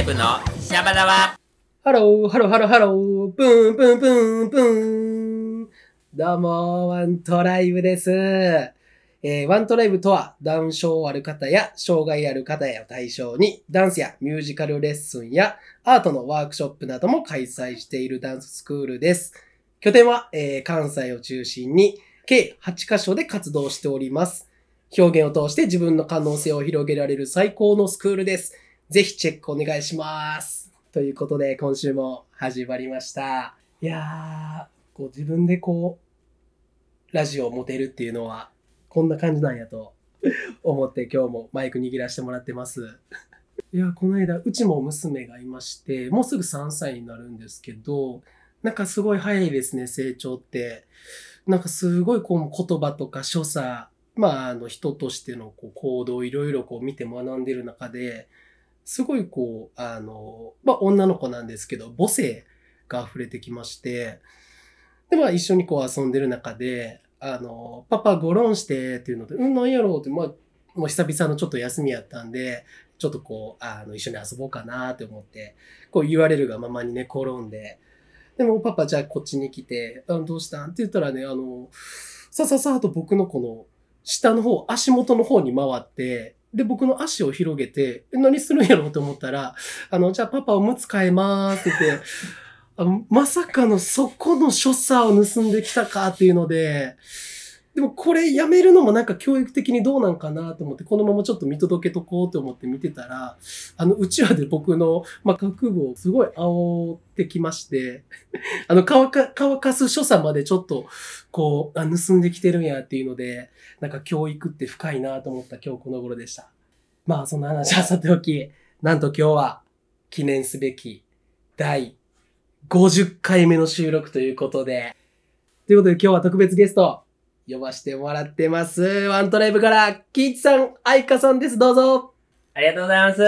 イブのシャバダバハロー、ハロー、ハロー、ハロー、ブーン、ブン、ブン、ブン。どうも、ワントライブです。えーワントライブとは、ダウン症ある方や、障害ある方やを対象に、ダンスやミュージカルレッスンや、アートのワークショップなども開催しているダンススクールです。拠点は、えー関西を中心に、計8カ所で活動しております。表現を通して自分の可能性を広げられる最高のスクールです。ぜひチェックお願いします。ということで、今週も始まりました。いやー、こう自分でこう、ラジオを持てるっていうのは、こんな感じなんやと思って、今日もマイク握らせてもらってます。いやー、この間、うちも娘がいまして、もうすぐ3歳になるんですけど、なんかすごい早いですね、成長って。なんかすごいこう言葉とか所作、まあ、あの人としてのこう行動をいろいろこう見て学んでる中で、すごいこう、あの、まあ女の子なんですけど、母性が溢れてきまして、で、まあ一緒にこう遊んでる中で、あの、パパゴロンしてっていうので、うん、なんやろうって、まあ、もう久々のちょっと休みやったんで、ちょっとこう、あの、一緒に遊ぼうかなって思って、こう言われるがままにね、転んで、でもパパじゃあこっちに来て、あのどうしたんって言ったらね、あの、さささっと僕のこの下の方、足元の方に回って、で、僕の足を広げて、え何するんやろうと思ったら、あの、じゃあパパおむつ替えまーすって言って、あのまさかのそこの所作を盗んできたかっていうので、でもこれやめるのもなんか教育的にどうなんかなと思って、このままちょっと見届けとこうと思って見てたら、あの、うちわで僕の、まあ、覚悟をすごい煽ってきまして、あの、乾か、乾かす所作までちょっと、こう、あ、盗んできてるんやっていうので、なんか教育って深いなと思った今日この頃でした。まあ、そんな話はさておき、なんと今日は、記念すべき、第50回目の収録ということで、ということで今日は特別ゲスト、呼ばしてもらってます。ワントライブから、キイチさん、アイカさんです。どうぞありがとうございます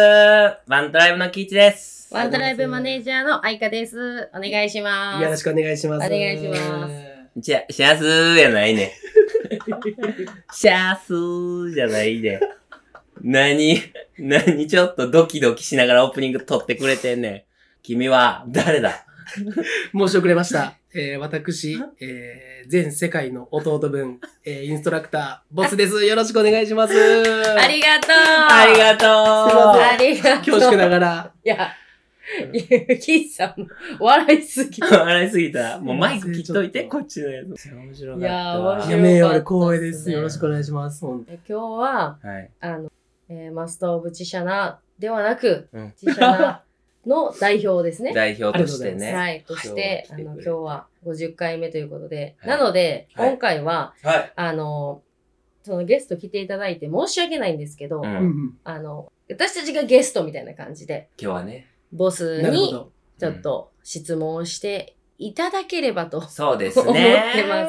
ワントライブのキイチですワンドライブマネージャーの愛花です。お願いします。よろしくお願いします。お願いしますじゃ、シャースーやない ね。シャースーじゃないね。何、何ちょっとドキドキしながらオープニング撮ってくれてんねん。君は誰だ申し遅れま した。えー、私、えー、全世界の弟分、えー、インストラクター、ボスです。よろしくお願いします。ありがとうありとがとうありがとう恐縮ながら。いや、ゆきさん、笑いすぎ。い笑いすぎた。もうマイク切っといて、こっちのやつ。面白かったわいいや、名や名誉誉で光栄で。で光栄ですすよろしくお願いします。ほんとや今日は、はい。えーマスト・オブ・チシャナではなく、うんチシャナの代表ですね。代表としてね。はい、として、今あ日来てくの、今れて日は50回目ということで、はいなので、はい今回は、はい。あの、そのゲスト来ていただいて申し訳ないんですけど、うん。う今んあの、私たちがゲストみたいな感じで、日はね。ボうスん。なるほにど。ちょっと質問をしていただければと。そうですね。思っ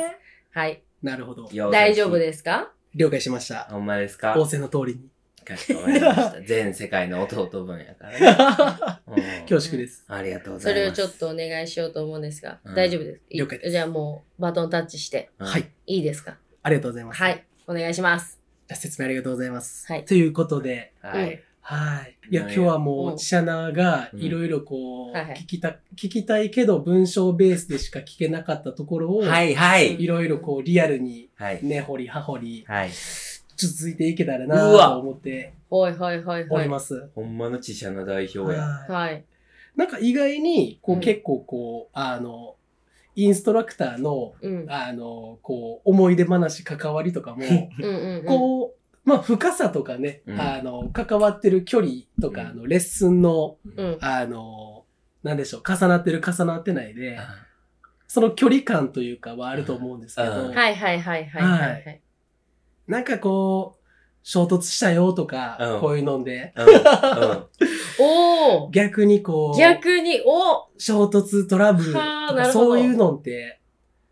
てまはい。なるほど。す大丈夫す。ですか了解しました。ほんまですか仰せの通りに。かしこまりま した。全世界の弟分やからね。うん恐縮です。ありがとうござそいます。れをちょっとお願いしようと思うんですが、うん大丈夫です。い了解ですじゃあもうバトンタッチしてうんはい。いいですかありがとうございます。は。い。お願いします。じゃあ説明ありがとうございます。はいということで、はい。はい。いや、なんや今日はもうう、んチシャナがいろいろこう、はいはい聞きた、聞きたいけど、文章ベースでしか聞けなかったところを、はいはうい。んいろいろこう、リアルに、はい。根掘り葉掘り、はい。続いていけたらなうわと思ってはいはいはいおはりい。ます。ほんまの知者の代表や。ははい。いなんか意外に、こう、うん結構こう、あの、インストラクターの、うん。あの、こう、思い出話、関わりとかも、うんうんう ん。こう、まあ、深さとかね、うんあの、関わってる距離とか、うんあの、レッスンの、うん。あの、なんでしょう、重なってる重なってないで、あその距離感というかはあると思うんですけうんど、はいはいはいはいはいはい。なんかこう、衝突したよとか、うんこういうのんで、うん。 うんお ー逆にこう、逆に、おー衝突トラブルとはあなか、るほどそういうのって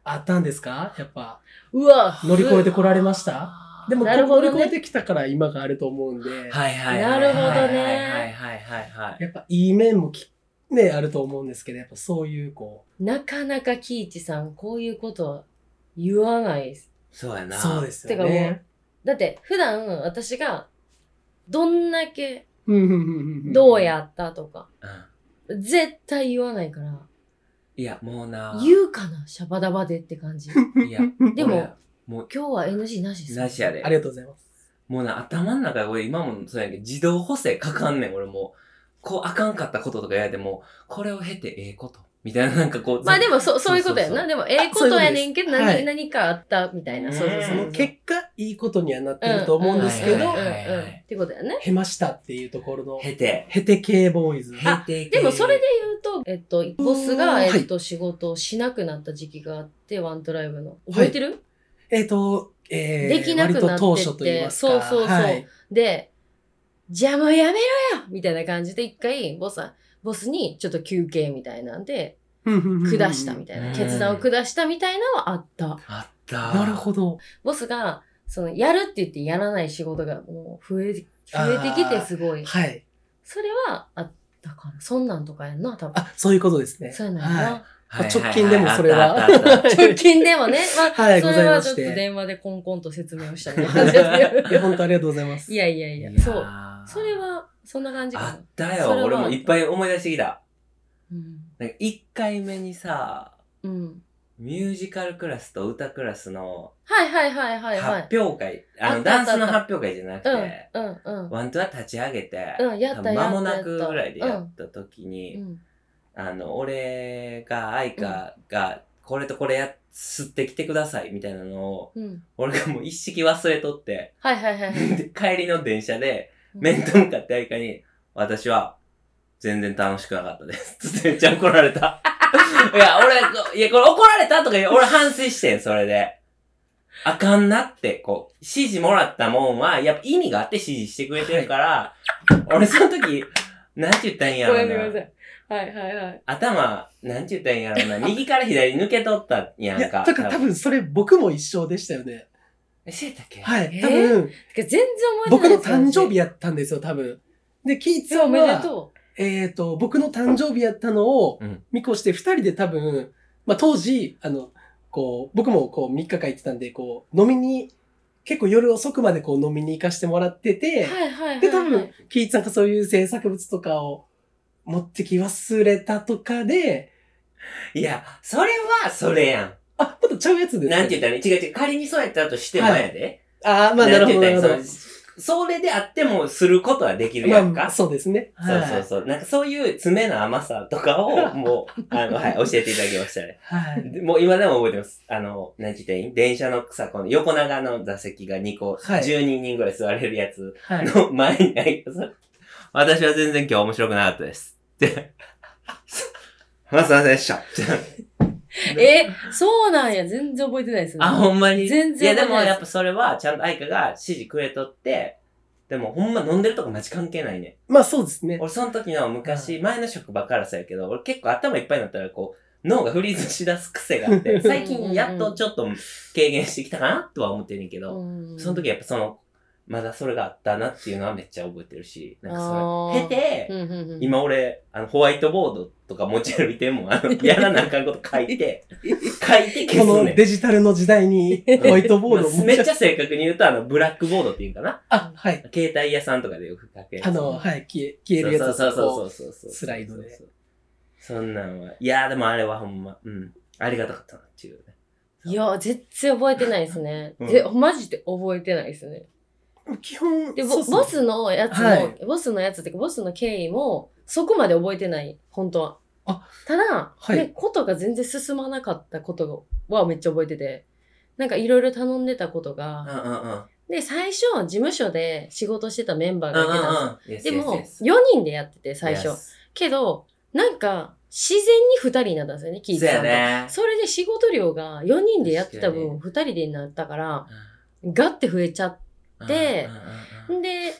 あったんですかやっぱ。うわ乗り越えてこられましたでも、なるほ乗りど越えね。てきたから今があると思うんで、はいはいはい。なるほどねはいはいはいはい。やっぱいい面もき、ね、あると思うんですけど、やっぱそういうこなかなかキイチさん、こういうことは言わないです。そうやう、な。そうですよてかもねう。だって普段私がどんだけうんうんうんうんどうやったとか。うん絶対言わないから。いや、もうな。言うかなシャバダバでって感じ。今いや、でも俺、もう、日は NG なしです。なしや。であ。りがとうございます。もうな、頭の中で俺今もそうやけど、自動補正かかんねん、俺もう。こう、あかんかったこととか言われても、これを経てええこと。みたいな、なんかこう。まあでも、もそ、そういうことやそうそうそな。うでも、ええことやねんけど、そういうことで何、す何かあったみたいな。そうそううんそ。そうの結果、いいことにはなってると思うんですけどうん、うんうんうんうんってことやね。へましたっていうところの、経て。へて系ボーイズ。経て。でもそれで言うと、えっと、ボスはが、いえっと、仕事をしなくなった時期があって、ワントライブの。覚えてる、えっと、えー、できなくなってて割と当初と言いますか。そうそうそうはいで、じゃあもうやめろよみたいな感じで、一回、ボスは、ボスにちょっと休憩みたいなんで、下したみたいうんな、決断を下したみたいなのはあった。あった。なるほど。ボスが、その、やるって言ってやらない仕事がもう増え、増えてきてすごい。はい。それはあったから、そんなんとかやんな、多分。あ、そういうことですね。そうやなんやはな。はい。直近でもそれはあったあったあったい 直近でもね、まあ、はいそれはござちいましょってと電話でコンコンと説明をしたみたいな感じやけい。い や、本当ありがとうございます。どいやいやいいやや、ーそう。それ。は、そんな感じかあなっ。たそれよ。は俺もいっぱい思い出してきた。うん。なんか、1回目にさ、うん。ミュージカルクラスと歌クラスのはいはいはいはいはい。発表会、ああの、ったあダっンたあスったの発表会じゃなくて、うんうんうん。ワントは立ち上げて、うんやった多分やっ間たもなくやったぐらいでやった時に、うんあの、俺が、愛花が、これとこれやっ、吸ってきてください、みたいなのを、うん。俺がもう一式忘れとって、はいはいは いはい。で帰りの電車で、面と向かって愛花に、私は、全然楽しくなかったです。 つってめっちゃ怒られた。いや、俺、いや、これ怒られたとか言う、俺反省してん、それで。あかんなって、こう、指示もらったもんは、やっぱ意味があって指示してくれてるから、俺その時、なんて言ったんやごめろんなさな。い。はいはいはい。頭、なんて言ったんやろな。右から左に抜け取ったんやいや、んか。だから多分それ僕も一緒でしたよね。え、してたっけい。はい。えー多分、てか全然覚え僕てないのです誕よ。生日や。やったんですよ、多分。で、キーツそう、おンめでは、とえっと、僕の誕生日やったのをうん見越して、二人で多分、まあ当時、あの、こう、僕もこう3日間行ってたんで、こう、飲みに、結構夜遅くまでこう飲みに行かしてもらってう。て、はいはいはい。で、多分、キーツさんがそういう制作物とかを持ってき忘れたとかで、いや、それは、それやん。あ、またちゃうやつですねなんて言ったら、違う違う、仮にそうやったとしてもやで。ああ、まあなるほど、んなて言るほったらど。そうそれであっても、することはできるやんまあ、か。そうですね。そうそうそう。なんかそういう詰めの甘さとかを、もう、あの、はい、教えていただきましたね。はい。でもう今でも覚えてます。あの、なんて言ったらいい電車のさ、この横長の座席が2個、はい12人ぐらい座れるやつはい。の前にあります。私は全然今日面白くなかったです。って。 まあ、すいませんでした。え、そうなんや。全然覚えてないですね。あ、ほんまに。全然いや、でもわかんやないですっぱそれは、ちゃんと愛花が指示くれとって、でもほんま飲んでるとこマジ関係ないね。まあそうですね。 俺その時の昔、前の職場からさやけど、俺結構頭いっぱいになったらこう、脳がフリーズしだす癖があって、最近やっとちょっと軽減してきたかなとは思ってんねんけど、うんその時やっぱその、まだそれがあったなっていうのはめっちゃ覚えてるし、なんかそあーれ、経て、うんうんうん今俺、あの、ホワイトボードとか持ち歩いても、あの、やらなあかんこと書い て、書いて消こすのねん。デジタルの時代に、ホワイトボードまあをめっちゃ正確に言うと、あの、ブラックボードっていうかな。あ、はい。携帯屋さんとかでよく書くやつ。あの、はい、消え、消えるやつそをうそうそこうそうそう。スライドで。そんなんは。いやーでもあれはほんま、うん。ありがたかったなっていうね。いや、全然覚えてないですね。うんぜマジで覚えてないですね。う基本、で、そボうそうボスのやつも、はいボスのやつっていうか、ボスの経緯も、そこまで覚えてない、本当は。あただ、はいねことが全然進まなかったことはめっちゃ覚えてて、なんかいろいろ頼んでたことうが、んうんうん。で、最初、事務所で仕事してたメンバーうがんいてたんですよ。うんうん。でも、 Yes, yes, yes. 4人でやってて、最初。 Yes けど、なんか、自然に2人になったんですよね、キーそうチさやんが。ね。それで仕事量が4人でやってた分、確2人でになったから、ガッて増えちゃって、でうんうんうんうんで、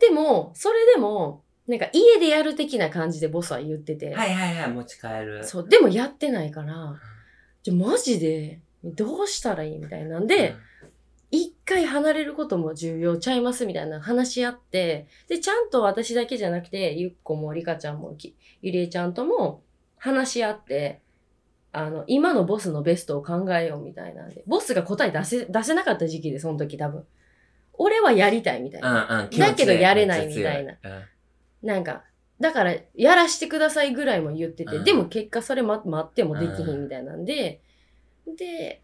でも、それでも、なんか家でやる的な感じでボスは言ってて、はいはいはい、持ち帰る。そう、でもやってないから、じゃマジで、どうしたらいいみたいなんで、一回離れることも重要ちゃいますみたいな話し合って、で、ちゃんと私だけじゃなくて、ゆっこもりかちゃんもきゆりえちゃんとも話し合って、あの、今のボスのベストを考えようみたいなんで、ボスが答え出せ、出せなかった時期で、その時多分。俺はやりたいみたいなう。んうん。だけどやれないみたいなな。なんか、だから、やらしてくださいぐらいも言ってて、うんでも結果それ待待ってもできひうんんみたいなんで、で、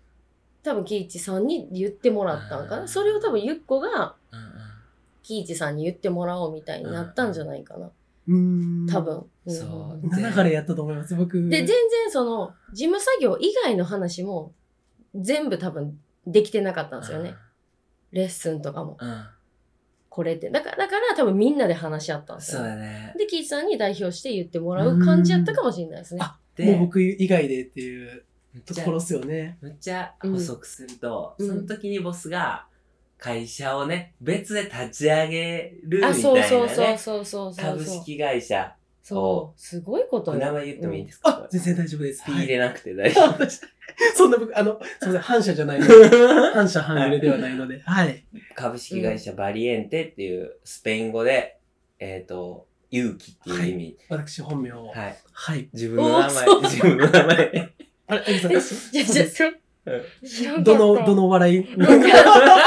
多分、キイチさんに言ってもらったんかうんな。それを多分、ゆっこが、うんうんキイチさんに言ってもらおうみたいになったんじゃないかな。うーん多分。うんそう流れやったと思います、僕。で、全然その、事務作業以外の話も、全部多分、できてなかったんですよね。レッスンとかも、うん。これって。だから、だから多分みんなで話し合ったんですそうよ。だね。で、キイチさんに代表して言ってもらう感じやったかもしれないですねうん。もう僕以外でっていうめっとちゃころっすよね。むっちゃ補足すると、うんその時にボスが会社をね、別で立ち上げるみたあ、いなそうそうそうね。そうそうそうそう。株式会社、そう。すごいことおよ。名前言ってもいいですか、あ、全然大丈夫です。ピーは入い れなくて大丈夫。私そんな僕、あの、すみません、反射じゃないので。 反射半揺れではないので。はい。株式会社バリエンテっていうスペイン語で、えっ、と、勇気っていう意味。私、本名を。はい。はい。自分の名前おーそう、自分の名 前。あれ、エミさんえ。じ ゃ、じゃ、そううん。知らんかったどの、 ど。の笑いなんかじゃ、ごめんご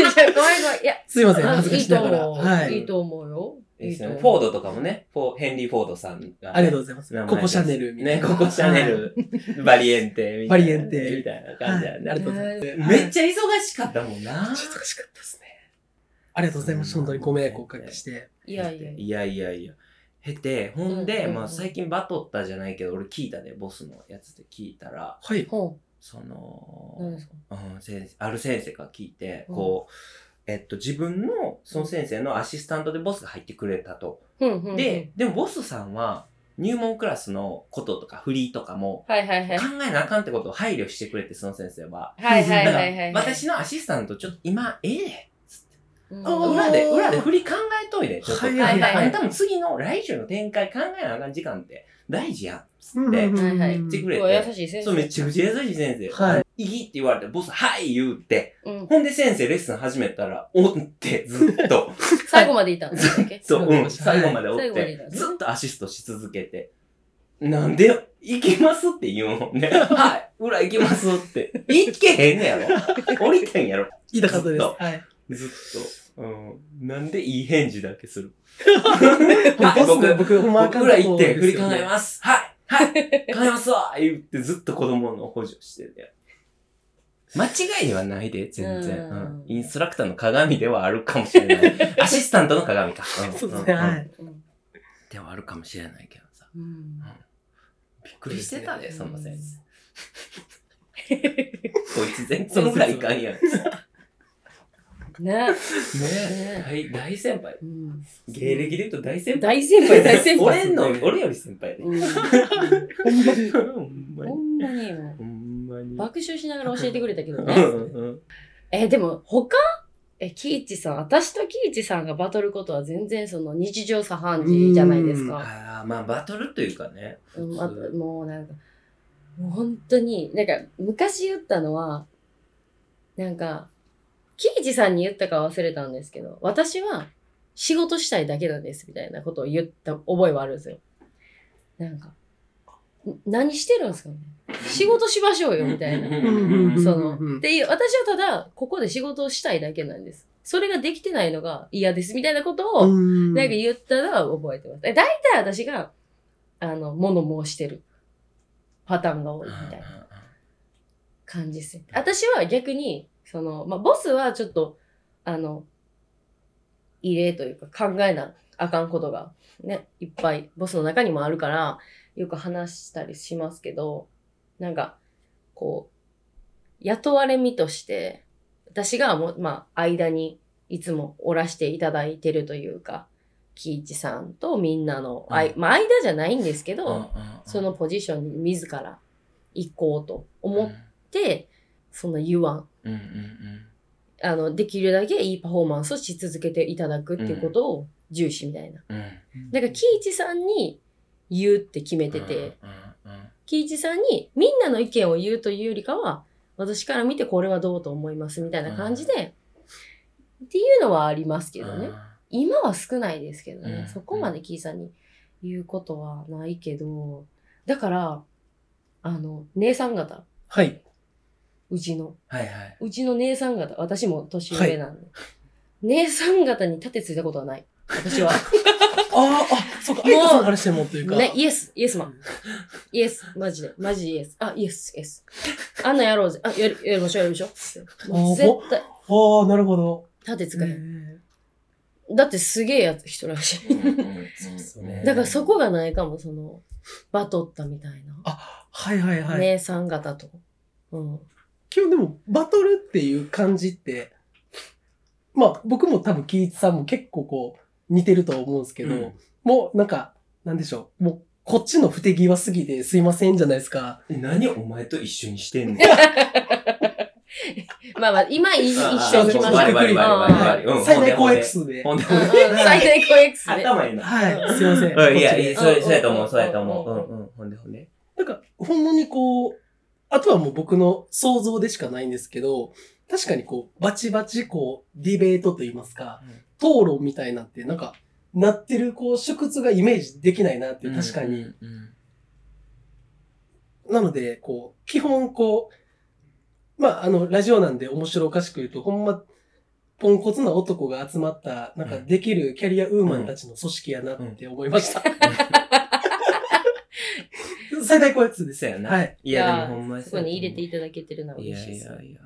めん。いや、すいません、あ恥ずかいいしとながら。思う。、はいいい。と思うよ。でいいすとよ思ねうフォードとかもね、フォーヘンリー・フォードさんが、ありがとうございます名。前コでコすシャネルみたいね、な。ここシャネはい。ル、バリエンテみたいな、バリエンテみたいな感じだよね。ありがとうございます。めっちゃ忙しかったもんな。ちょっと欲しかったですね。ありがとうございます。本当にご迷惑をおかけして。いやいや。いやいやいや。へて、ほんで、うんうんうんまあ最近バトったじゃないけど、俺聞いたで、ボスのやつで聞いたら、はい。ほ。そう何ので、すかうん、先生ある先生が聞いて、うんこう、えっと、自分の、その先生のアシスタントでボスが入ってくれたと。ふんふん。で、、でもボスさんは、入門クラスのこととかフリーとかも、はいはいは考い。えなあかんってことを配慮してくれて、その先生は。はいはいだかはいはい。ら、私のアシスタント、ちょっと今、ええで、うん、おー裏で、裏で振り考えといて、ちょっと。はいはいはいあんたも次の来週の展開考えなあかん時間って大事やん。つうっんて、はいはい言ってくれ。れうわ優て。しい先生。そう、めちゃくちゃ優しい先生。。はいきって言われて、ボス、はい言うて。うん。ほんで先生レッスン始めたら、おって、ずっ と。最後までいたんだっけそう、うはん。い最後までおっ最後までいてた。ねずっとアシストし続けて。なんで、行けますって言うもん ね。はい、裏行けますって。行けへんねや ろ。降りたんやろ。言いたかったです。ずっはい。ずっと。うん。なんでいい返事だけするボス僕の僕、ほんまあかん僕とらこ行って、振ですりよ考ねえます。はいはい考えますわ言ってずっと子供の補助してて。間違いではないで、全然。ううんん。インストラクターの鏡ではあるかもしれない。アシスタントの鏡か。んそうですね。んはんい。うんではあるかもしれないけどさ。うんびっくりしてたで、その先生。ねこいつ全然裏いかんやん。ねねえ大大先輩。うん芸歴で言うと大先輩。大先輩、大先輩。俺の、俺より先輩ね。うんほんまに。ほんまほんまにもほんまうに。爆笑しながら教えてくれたけどうね。んうんえ、でも他え、キイチさん、私とキイチさんがバトルことは全然その日常茶飯事じゃないですか。ああ、まあ、バトルというかね。うん普あ通もうなんか、もう本当に、なんか昔言ったのは、なんか、キイチさんに言ったか忘れたんですけど、私は仕事したいだけなんですみたいなことを言った覚えはあるんですよ。なんか、ん何してるんですかね仕事しましょうよみたいな。 うんうんその、うんっていう、私はただ、ここで仕事をしたいだけなんです。それができてないのが嫌です、みたいなことを、うんなんか言ったのは覚えてます。え、大体私が、あの、物申してるパターンが多いみたいな感じですね。私は逆に、その、まあ、ボスはちょっと、あの、異例というか考えなあかんことが、ね、いっぱいボスの中にもあるから、よく話したりしますけど、なんか、こう、雇われ身として、私がもう、まあ、間にいつもおらしていただいてるというか、喜一さんとみんなの、あいまあ、間じゃないんですけど、そのポジションに自ら行こうと思っでその言わんうんうんうんあのできるだけいいパフォーマンスをし続けていただくっていうことを重視みたいな、うん。だから喜一さんに言うって決めててうんうん喜一さんにみんなの意見を言うというよりかは私から見てこれはどうと思いますみたいな感じで、っていうのはありますけどね、今は少ないですけどね、うんそこまでキイさんに言うことはないけどだからあの姉さん方はい。うちのはいはい。うちの姉さん方、私 も年上なんで、姉さん方に盾ついたことはない。私は。ああー、あ、そうか、あいさんの話でもっていうか。ね、イエス、イエスマン。イエス、マジで、マジイエス。あ、イエス、イエス。あんなんやろうぜ。あ、やる、やりましょう、やりましょう。もう絶対、ああ、なるほど。縦使へえへん。ーだってすげえやつ、人らしい。そうすねだからそこがないかも、その、バトったみたいな。あ、はいはいはい。姉さん方と。うん。基本でも、バトルっていう感じって、まあ僕も多分、キイチさんも結構こう、似てると思うんですけど、うんもうなんか、なんでしょう。もう、こっちの不手際すぎてすいませんじゃないですか。何お前と一緒にしてんのまあまあ、今、い一緒に来まバしたリうバリバリバリバリうん最大公約数で。ほんでんうん最大公約数で。頭いいな。はい、すいません。うん、いや、こっちいでや、そうそうやと思うう、んそうやと思う。ううんん、うん、ほんでほんで。なんか、ほんまにこう、あとはもう僕の想像でしかないんですけど、確かにこう、バチバチこう、ディベートと言いますか、討論みたいなんて、なんか、なってるこう、縮図がイメージできないなって、確かに。うん。なので、こう、基本こう、まあ、あの、ラジオなんで面白おかしく言うと、ほんま、ポンコツな男が集まった、なんかうんできるキャリアウーマンたちの組織やなって思いました。最大こいつですそうやな。はい。いや、でもほんまそこに入れていいただけてるのはや嬉しいいです。やいや。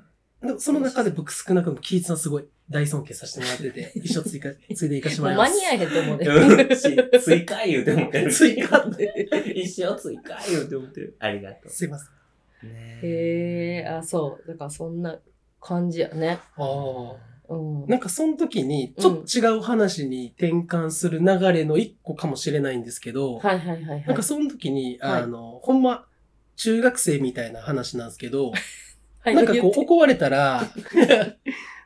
でもその中で僕少なくともキーツさんすごい大尊敬させてもらってて、一緒追加、ついでいかしてももうらいま間す。に合えへんと思うで。 うんし追加言うて思ってる。追加っ 一生追加言うて思ってる。ありがとすいません。う。ねへえ、あ、そう。だからそんな感じやね。あうん。なんかその時に、ちょっと違う話に転換する流れの一個かもしれないんですけど、はいはいはいはなんいか。その時に、はいあの、ほんま、中学生みたいな話なんですけど、はいなんかこう、言って怒られた ら、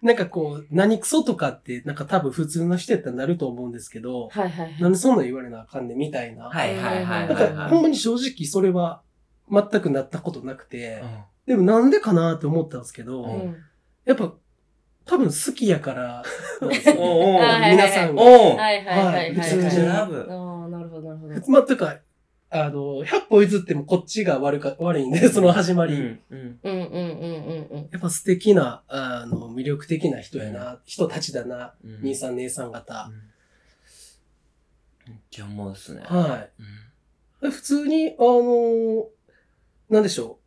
なんかこう、何クソとかって、なんか多分普通の人やったらなると思うんですけど、はいはいなんはい。でそんなん言われなあかんねんみたいな。はいはいはいなんはいか、はいほんまに正直それは全くなったことなくて、うでもなんでかなって思ったんですけど、ううんやっぱ、多分好きや からなんですよん。ね、おうおうはい皆さんが。おうはいはいはいははいい。普通じゃラあブ。あ、なるほどなるほど。まあ、とか、あの、100歩譲ってもこっちが悪か、悪いんで、その始まり。うんうん。うんうんうんうんうん。やっぱ素敵な、あの、魅力的な人やな、人たちだな、うん兄さん姉さん方。めっちゃ思うっすね。はい。うん普通に、あのなんでしょ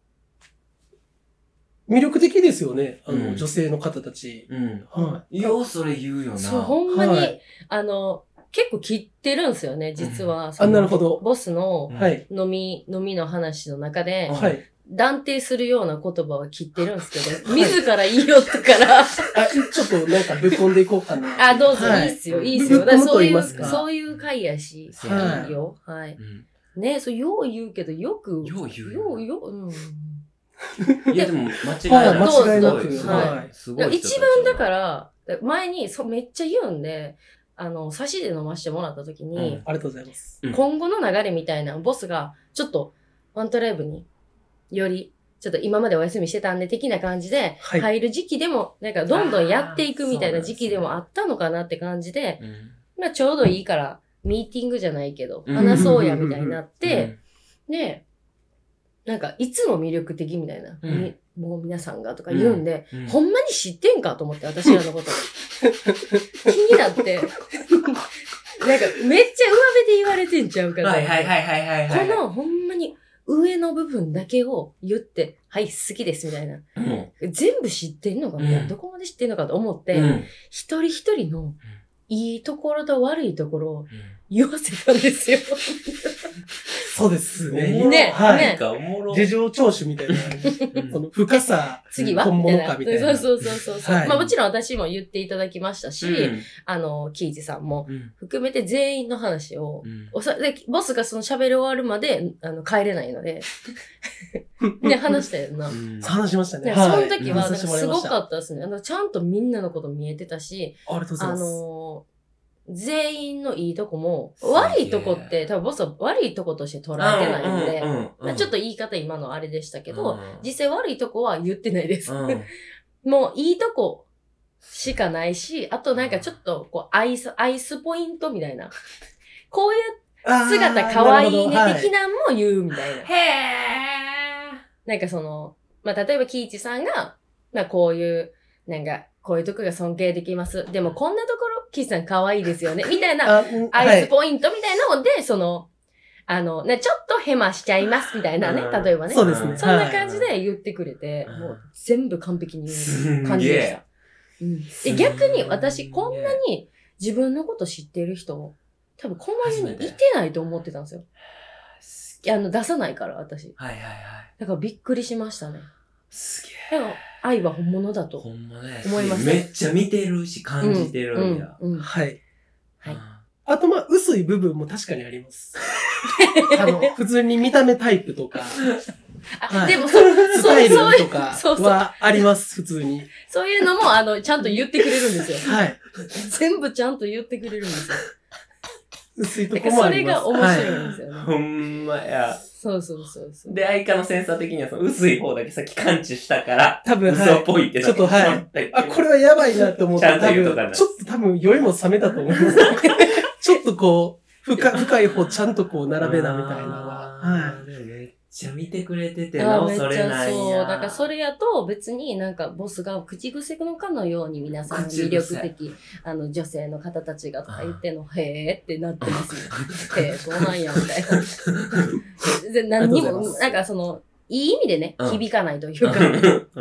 う。魅力的ですよね。あの、うん女性の方たち。うん。はいや、それ言うよな。そう、ほんまに、はいあの、結構切ってるんですよね、実は。い。あ、そのなるほど。ボスのうはんい。はい。飲み、飲みの話の中で、うんはい断定するような言葉は切ってるんですけど、 自ら言いよっ たから、あ、ちょっとなんかぶっ込んでいこうかな。 あ、どうぞ、、はいいいっすよ、いいっすよ。ぶだぶぶからっ込むとそう言いいう、ますかそういう回やし、はいいいよ。はい。うんねそう、よう言うけど、よく、よう言うよう、よう、うん。いや、でも、間違いない。はい間違いなくすごいすご。はいすだごからい。一番だから、前にそうめっちゃ言うんで、あの、差しで飲ましてもらった時に、ありがとうございます。うん今後の流れみたいなのボスが、ちょっと、ワントライブに、より、ちょっと今までお休みしてたんで、的な感じで、はい入る時期でも、なんか、どんどんやっていくみたいあなー時期でもあったのかなって感じで、うん。まあ、ちょうどいいから、ミーティングじゃないけど、うん話そうや、みたいになって、で、で、なんか、いつも魅力的みたいな、うんみもう皆さんがとか言うんで、うんほんまに知ってんかと思って、私ら のこと。気になって、なんか、めっちゃ上辺で言われてんちゃうかな。はいはいはいはいはいはい。この、ほんまに、上の部分だけを言って、はい、好きです、みたいな。うん、全部知ってんのかみたいな、うんどこまで知ってんのかと思っうて、ん一人一人のいいところと悪いところを言わせたんですよ。そうですおもね。ろねはいなんかおもろ。事情聴取みたいな。うんその深さ、次は本みたい物なかみたいな。そうそうそうそう。はいまあもちろん私も言っていただきましたし、うんあの、キイジさんもうん含めて全員の話を、うんおさでボスがその喋り終わるまであの帰れないので、ね、話したよな。うん話しましたね。ね、はいその時は、話してもらすいまごしたかったですね。あの、ちゃんとみんなのこと見えてたし、ありがとうございあます。のー全員のいいとこも、すげえ悪いとこって、多分ボスは悪いとことして捉えてないんで、うんうんうんまあちょっと言い方今のあれでしたけど、うん実際悪いとこは言ってないです。うんもういいとこしかないし、あとなんかちょっとこうアイス、アイスポイントみたいな。こういうあー姿可愛ないねるほどはい的なんも言うみたいな。へえ。なんかその、まあ、例えば、キイチさんが、まあ、こういうなんか、こういうとこが尊敬できます。でもこんなところ、岸さん可愛いで すよね。みたいな、あ、うんアイスはポイントみたいなので、その、あの、ね、ちょっとヘマしちゃいますみたいなねう、ん例えばい。ね。そうですね。そんなはい感じで言ってくれて、はいもう全部完璧に言すえる感んじげでしたえ。。うん、すでんげえ逆に私こんなに自分のこと知ってる人、多分この世にいてないと思ってたんですよ。いやあの出さないから私。はいはいはい。だからびっくりしましたね。すげえ。だから愛は本物だとほ。んまね。思いましためっちゃ見てるし、感じてるんや。うんうんはい。はいあとまあ、薄い部分も確かにあり ます。あの、普通に見た目タイプとか、あはいでもそスそタうイルそういうとかそうそうはあります、普通に。そういうのもあのちゃんと言ってくれるんですよ。はい。全部ちゃんと言ってくれるんですよ。薄いとだこからもそあれります。が面白はいんですよね。ほんまや。そうそうそうそう。で、愛花のセンサー的には、その薄い方だけさっき感知したから、多分、嘘っはぽいってなちょっとはいてい。あ、これはやばいなって思って、ちゃ多んと言うとかな分、ちょっと多分酔いも冷めたと思います。 ちょっとこう、深深い方ちゃんとこう並べなみたいなのは。はい。い。でもめっちゃ見てくれてて、なあおめっそちれゃなんそう。や。だからそれやと別になんかボスが口癖のかのように皆さん口魅癖力的、あの女性の方たちがとか言ってんの、へえってなってます よ。へえ、そうなんや、みたいな。で何にありがとうございも、ますなんかその、いい意味でね、うん響かないという か、う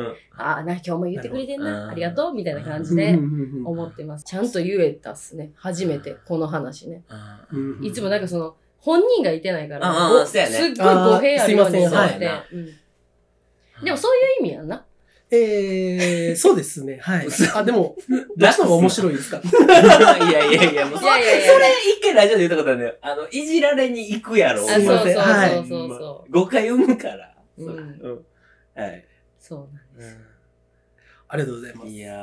ん。ああ、な、今日も言ってくれてんなるほな、どありがとう、みたいな感じうんでうんうん思ってます。ちゃんと言えたっすね。初めて、この話ね。あうーんうんいつもなんかその、本人がいてないから、うんうんごそすうっやねごい語弊あるようにあーさすいませれんてはい。うんでもそういう意味やんな。えー、そうですね。はい。あ、でも、どうしたのが面白いですか いやいやいや、もうそいやいやいやそれ一回ラジオで言ったことあるんだよ。あの、いじられに行くやろ。すあ、そういまそうせんそうそうそ誤解生むから。うんそううん。はい。う。そうなんです。ありがとうございます。いや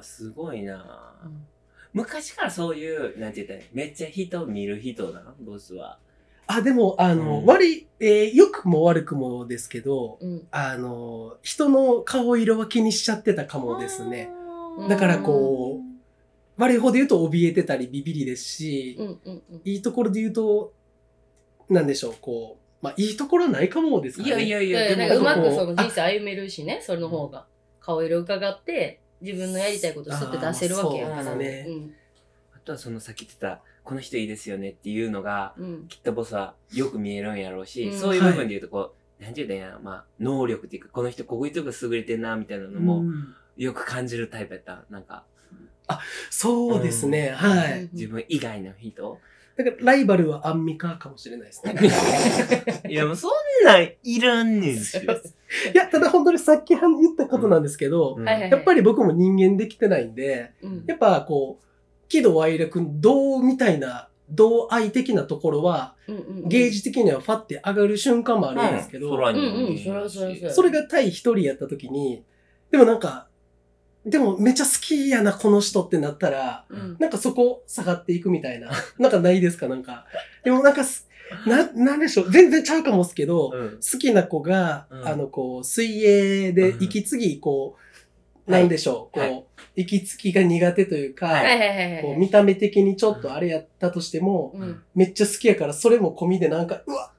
ー、すごいなうーん昔からそういう、なんて言ったらいいめっちゃ人見る人だな、ボスは。あ、でも、あの、うん悪い、えー良くも悪くもですけど、うん。あの、人の顔色は気にしちゃってたかもですね。うんだからこ悪い方で言うと、怯えてたり、ビビりですし、うんうんうん。いいところで言うと、なんでしょう、こう、まあ、いいところないかもですかいらやね。いやいいやや、いやなんかでもうこまくうその人生歩めるしね、それの方が。顔色伺って、自分のやりたいことすって出せるわけやかあーら。そうですあとはそのさっき言ってた、この人いいですよねっていうのが、うんうん。きっとボスはよく見えるんやろうし、うんそういう部分で言うとこう、なんて言うんや、まあ、能力っていうか、この人こういうとこ優れてんな、みたいなのうも、んよく感じるタイプやった。なんか、そうですね、はういん。自分以外の人。だから、ライバルはアンミカかもしれないですね。 いや、もうそんなんいらんねんし。いや、ただ本当にさっき言ったことなんですけど、うんはいはい。やっぱり、り僕も人間できてないんで、うんやっぱこう、喜怒哀楽の同みたいな、同愛的なところは、うんうんうんゲージ的にはファって上がる瞬間もあるんですけど、空にもうんう見えんるしそらそらそらそれが対一人やった時に、でもなんか、でもめっちゃ好きやな、この人ってなったら、うんなんかそこ下がっていくみたいな、なんかないですかなんか。でもなんかす、な、なんでしょう、全然ちゃうかもですけど、うん好きな子が、うんあの、こう、水泳で息継ぎ、こはう、いなんでしょう、はいこう、息継ぎが苦手というか、はいはいはいはい。こう見た目的にちょっとあれやったとしても、うんめっちゃ好きやから、それも込みでなんか、うわ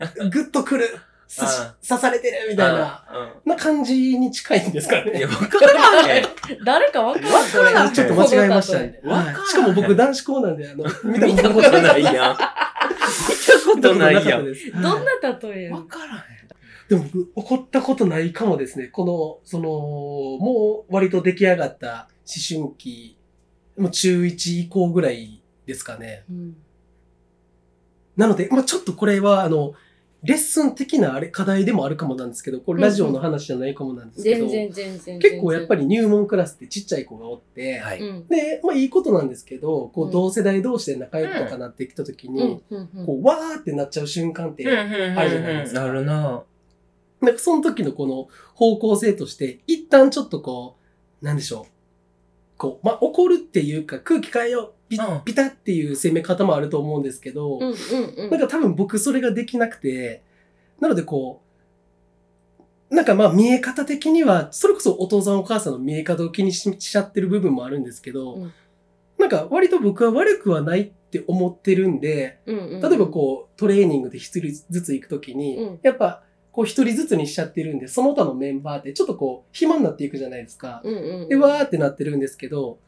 グッとくる刺しあ刺されてるみたいな、うな感じに近いんですかん。いね や、。わからんねん。誰かわかるわからんちょっと間違えましたね。この後はいしかも僕男子校なんで、あの、見 見たことない見たやん。見たことないかやったん。です。どんはいな例えやわんからん。でも僕、怒ったことないかもですね。この、その、もう割と出来上がった思春期、もう中1以降ぐらいですかね。うんなので、まあちょっとこれは、あの、レッスン的なあれ、課題でもあるかもなんですけど、これラジオの話じゃないかもなんですけど、全然全然。結構やっぱり。り入門クラスってちっちゃい子がおって、はうい。ん。で、まあいいことなんですけど、こううん同世代同士で仲良くとかなってきた時に、うんうんうん。こう、わーってなっちゃう瞬間って、あるじゃないですかなるななんかその時のこの方向性として、一旦ちょっとこう、なんでしょう。こう、まあ、怒るっていうか空気変えよう、ピ,、うんピタっていう攻め方もあると思うんですけど、うんうんうん。なんか多分僕それができなくて、なのでこう、なんかまあ見え方的には、それこそお父さんお母さんの見え方を気にししちゃってる部分もあるんですけど、うんなんか割と僕は悪くはないって思ってるんで、例えばこう、トレーニングで一人ずつ行くときに、うんやっぱ、こう一人ずつにしちゃってるんで、その他のメンバーってちょっとこう、暇になっていくじゃないですか。うんうん。で、わーってなってるんですけど、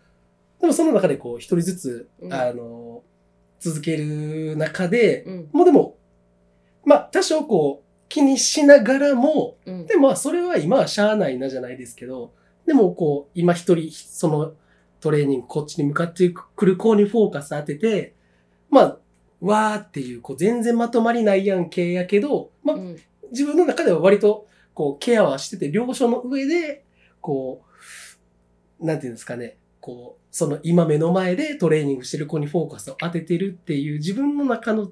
でもその中でこう、一人ずつ、うんあの、続ける中で、うんもうでも、まあ、多少こう、気にしながらも、うん。でもまあ、それは今はしゃあないなじゃないですけど、でもこう、今一人、そのトレーニング、こっちに向かってくる子にフォーカス当てて、まあ、わーっていう、こう、全然まとまりないやん系やけど、まあう、ん自分の中では割と、こう、ケアはしてて、了承の上で、こう、なんていうんですかね、こう、その今目の前でトレーニングしてる子にフォーカスを当ててるっていう自分の中の、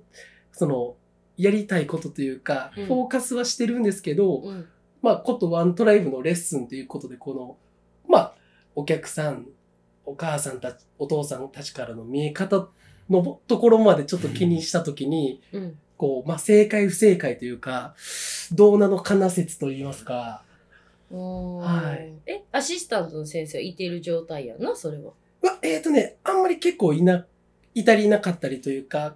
その、やりたいことというか、うんフォーカスはしてるんですけど、うんまあ、ことワントライブのレッスンということで、この、まあ、お客さん、お母さんたち、お父さんたちからの見え方のところまでちょっと気にしたときに、うん。こう、まあ、正解不正解というか、どうなのかな説と言いますか、おーはいえ、アシスタントの先生はいてる状態やんな、それは。は、えっ、とね、あんまり結構いな、いたりいなかったりというか、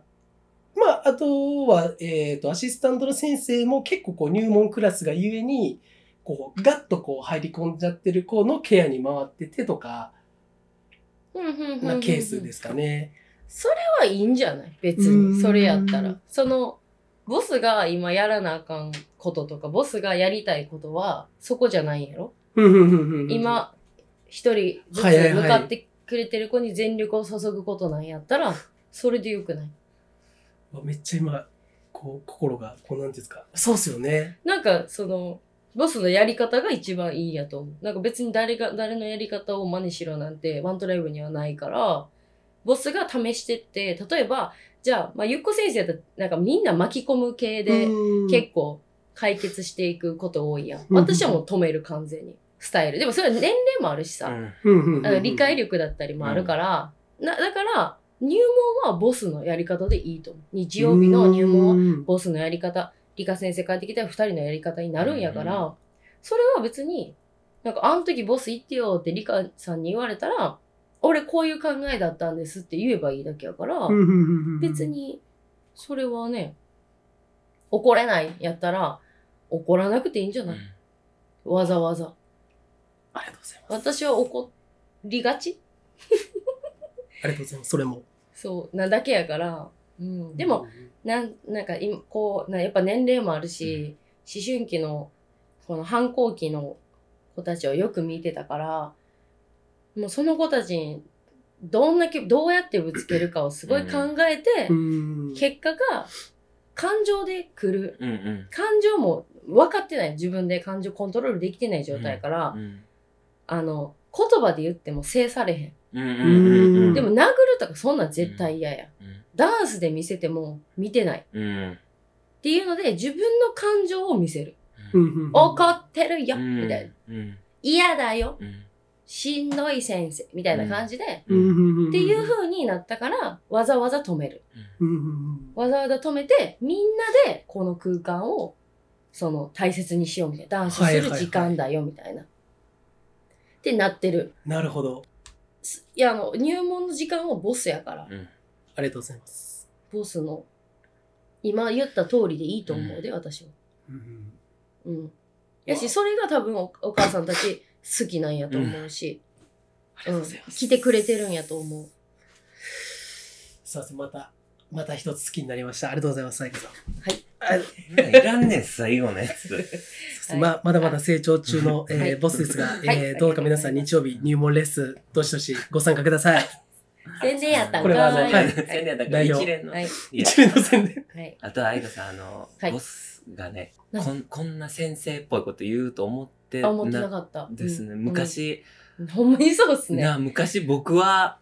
まあ、あとは、えっ、と、アシスタントの先生も結構こう入門クラスがゆえに、こう、ガッとこう入り込んじゃってる子のケアに回っててとか、ななケースですかね。それはいいんじゃない別うーに。んそれやったら。その、ボスが今やらなあかんこととか、ボスがやりたいことは、そこじゃないんやろ、今、一人ずつはいはいはい向かってくれてる子に全力を注ぐことなんやったら、それでよくないわめっちゃ今こう心がこうなんていうんですかそうっすよねなんか、その、ボスのやり方が一番いいやと思う。なんか別に誰が、誰のやり方を真似しろなんて、ワントライブにはないから、ボスが試してって、例えば、じゃあ、まあ、ゆっこ先生だと、なんかみんな巻き込む系で、結結構解決していくこと多いやん。うん私はもう止める完全に。スタイル。でもそれは年齢もあるしさ、あの理解力だったりもあるから、なだから入門はボスのやり方でいいと思う。日曜日の入門は門ボスのやり方、理科先生帰ってきたら二人のやり方になるんやから、それは別に、なんかあの時ボス行ってよって理科さんに言われたら、俺こういう考えだったんですって言えばいいだけやから、別にそれはね怒れないやったら怒らなくていいんじゃない、わざわざありがとうございます私は怒りがちありがとうございますそれもそうなだけやから、うん、でもなんなんか今こうなやっぱ年齢もあるし、思春期のこの反抗期の子たちをよく見てたからもうその子たちにどんだけどうやってぶつけるかをすごい考えて、うん結果が感情で来るうんうん感情も分かってない自分で感情コントロールできてない状態やから、うんあの言葉で言っても制されうんへん、うんうんでも殴るとかそんなん絶対嫌や、うんダンスで見せても見てないっうんていうので自分の感情を見せる、うん怒ってるよ、うんみたいなうん嫌だようんしんどい先生みたいな感じで、うんっっていう風になったからわざわざ止めるわざわざ止めてみんなでこの空間をその大切にしようみたいなダンスする時間だよみたいな、ってなってるなるほどすいやあの入門の時間はボスやからうんありがとうございますボスの今言った通りでいいと思うで、私はうんうんやしそれが多分おお母さんたち好きなんやと思うし、ありがうんとうございます来てくれてるんやと思うすいませんまたまた一つ好きになりましたありがとうございますサイコさんいらんねん最後のやつはいままだまだ成長中の、えーはいボスですが、はいえーどうか皆さん日曜日入門レッスンどしどしご参加ください。全然やったんこれはあのははいい宣伝だから代表一連のはいいや一連の宣伝。はいあとは愛子さんあのはいボスがね何こんこんな先生っぽいこと言うと思ってあ思ってななかったですねうん昔うんほんまにそうっすねな昔僕は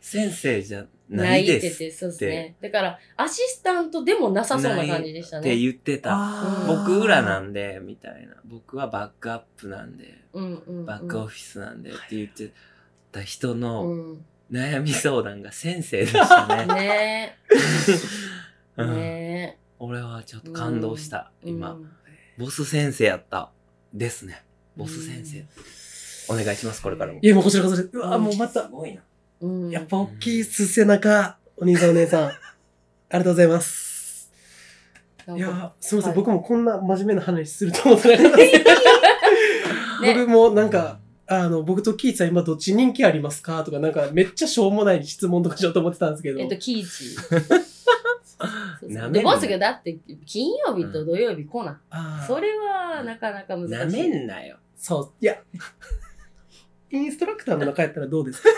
先生じゃなないいっでて言っすて、そうですね。だから、アシスタントでもなさそうな感じでしたってね。言ってたあー僕らなんでみたいな僕はバックアップなんでうんうんうん。バックオフィスなんでって言ってた人のうん。悩み相談が先生でしたね、 ねうえ。ん、ね俺はちょっと感動した、え。今、うん。ボス先生やったですねボス先生、お願いしますこれからもいやもうこちらこそです。うわもうまたごいなうん。やっぱ大きいっす背中お兄さんお姉さんありがとうございます。なんいかや、すみません、はい僕もこんな真面目な話すると思ってなかったです。 ね僕もなんか、あの、僕とキーツさん今どっち人気ありますかとか、なんかめっちゃしょうもない質問とかしようと思ってたんですけど。えっと、キイチ。 そうなそめんうなで、ボスがだって、金曜日と土曜日来なあい。ーそれは、なかなか難しい。なめんなよ。そう、いや、インストラクターの中やったらどうですか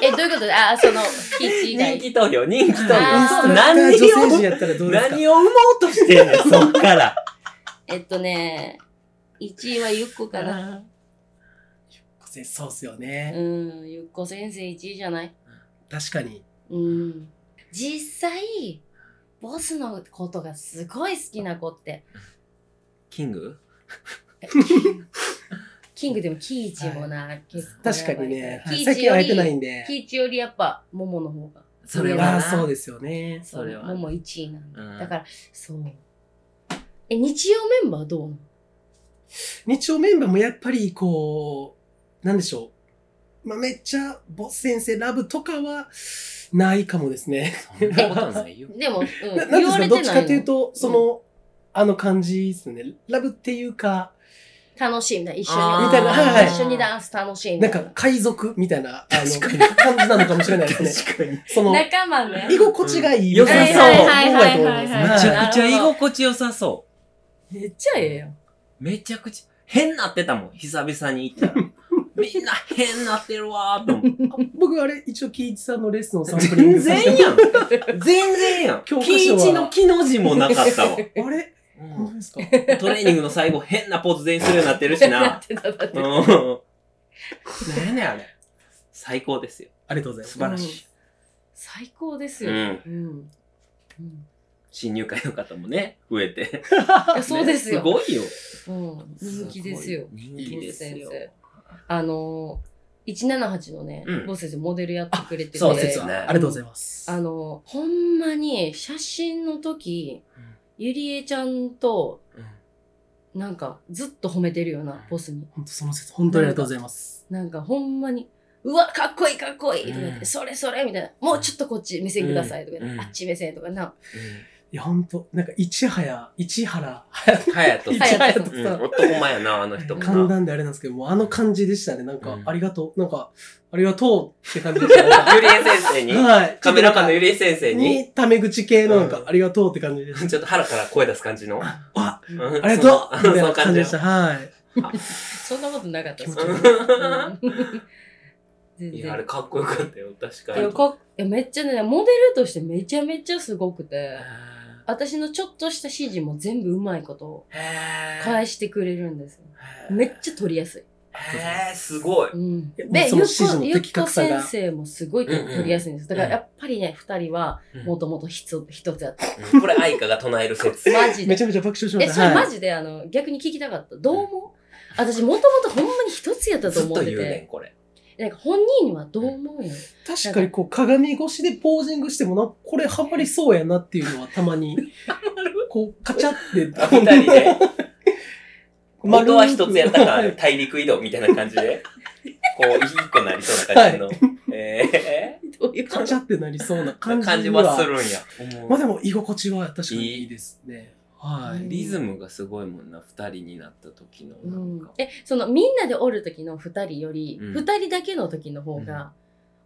え、どういうことあー、その、キイチ以人外。気投票、人気投票。あーそう女何性陣を、やったらどうですか何を生もうとしてんのそっから。えっとね、1位はゆっこかな。そうっすようね。ん、ゆっこ先生1位じゃない確かに。うん。実際、ボスのことがすごい好きな 子って、キングキングでもキイチもな、結構確かにね。はキいイ最チ近よ会えてないり、んで。キイチよりやっぱ、モモの方が。それはまな。あ、そうですよね。それはモモ1位なんだ。うんだから、そう。え、日曜メンバーどうなの日曜メンバーもやっぱりこう、なんでしょう。まあ、めっちゃ、ボス先生ラブとかは、ないかもですね。そんなことない よ。でも、うん、ななん言でわすかれてないどっのちかというと、その、あの感じですね。ラブっていうか、楽しいみたいな、一緒にあーみたいなはいはい一緒にダンス楽しいみたないんな。か海賊みたいな、あの、確感じなのかもしれないですね。かに。めその、仲間ね。居心地がいい。うん良さそうはいはいはいはいはいちゃくちゃ居心地良さそめっちゃええやん。う。めちゃくちゃ、変なってたもん。久々に行ったら。みんな変なってるわーと思って。僕、あれ、一応、キイチさんのレッスンをサンプリング全させ然てやん。全然やん。教科書はキイチの木の字もなかったわ。あれうん何ですかトレーニングの最後、変なポーズ全員するようになって るしだなっ。てだってうん。なんやねん、あれ。最高ですよ。ありがとうござい素晴まらし最高ですい。よ。ううん。ん。うん新入会の方もね、増えて。いやそうですねすよ。ごいよ。うん。人気ですよ。人気ですよボス先。生あのー、178のね、うんボス先生モデルやってくれてて。そうす。ですよねありがとうございます。あの、ほんまに写真の時、うんゆりえちゃんと、うんなんか、ずっと褒めてるよな、ボスに。本当その説、本当にありがとうございます。なんか、ほんまに、うわ、かっこいい、かっこいいとか言って、うんそれそれみたいな、もうちょっとこっち目線くださいとか言っうて、んあっち目線と かな、いや、本当なんか、市原、市原、うんはやと市さ。原とうんさ、男前やな、あの人も簡な。単であれなんですけど、もうあの感じでしたね。なんかう、んありがとう、なんか、ありがとうって感じ でしたね。なんかゆりえ先生 にはい。カメラマンのゆりりえ先生に、に、タメ口系のなんかう、んありがとうって感じでし た。ちょっと腹から声出す感じの。 ああ、うんありがとうみたいそなの感じでした。のはい。そんなことなかった気で持すち悪い全いや、あれ然。かっこよかったよ、確かいにや。かいやめっちゃね、モデルとしてめちゃめちゃすごくて、私のちょっとした指示も全部うまいことへー返してくれるんですよ。めっちゃ取りやすい。へーすごい。うん、でいやゆっそのこ指示のゆっ的こ確さが先生もすごい取りやすいんです。だからやっぱりね、二人はもともと一つ一つやった。うんこれ、愛花が唱える 説。マ ジめでち。ゃめちゃ爆笑しまえ、しそた。れマい。ジであの逆に聞きたかった。どう思う私もともとほんまに一つやったずとっ思とって言うねん、て。これ。なんか本人はどう思うよ。確かにこう鏡越しでポージングしてもなんかこれハマりそうやなっていうのはたまにこうカチャって二 人で。丸元は一つやったから、大陸移動みたいな感じで。こう、一個なりそうな感じの。えどういうこカとチャってなりそうな感ーじ感じにははするんや。まあでも居心地は確かにいいですねはうんいリズムがすごいもんな、二人になった時の。うなんんか、え、そのみんなでおる時の二人より、うん二人だけの時の方が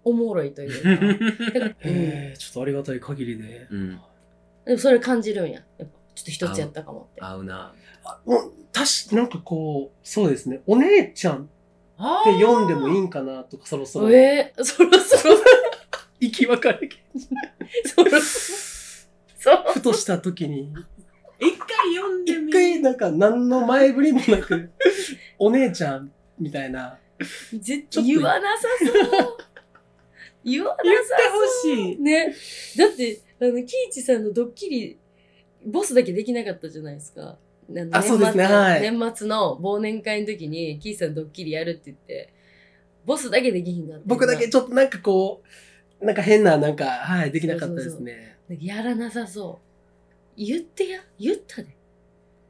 おもろいというか。うんえーちょっとありがたい限りでうん。でもそれ感じるんや。やっぱちょっと一つやったかもって。合うな。お確かなんかこうそうですねお姉ちゃんって読んでもいいんかなとかそろそろえー、そろそろ、行き分かれそ ろそろ。ふとした時に一回読ん一回なんか何の前振りもな くお姉ちゃんみたいな絶ちょっと言わなさそう。言わなさそう。言ってほしいね。だって、あの、キイチさんのドッキリ、ボスだけできなかったじゃないですか。あのあそうですね年末はい年末の忘年会の時に、キイチさんドッキリやるって言って、ボスだけできひんかった。僕だけなんちょっとなんかこう、なんか変な、なんか、はい、できなかったですね。かやらなさそう。言ってや、言ったで。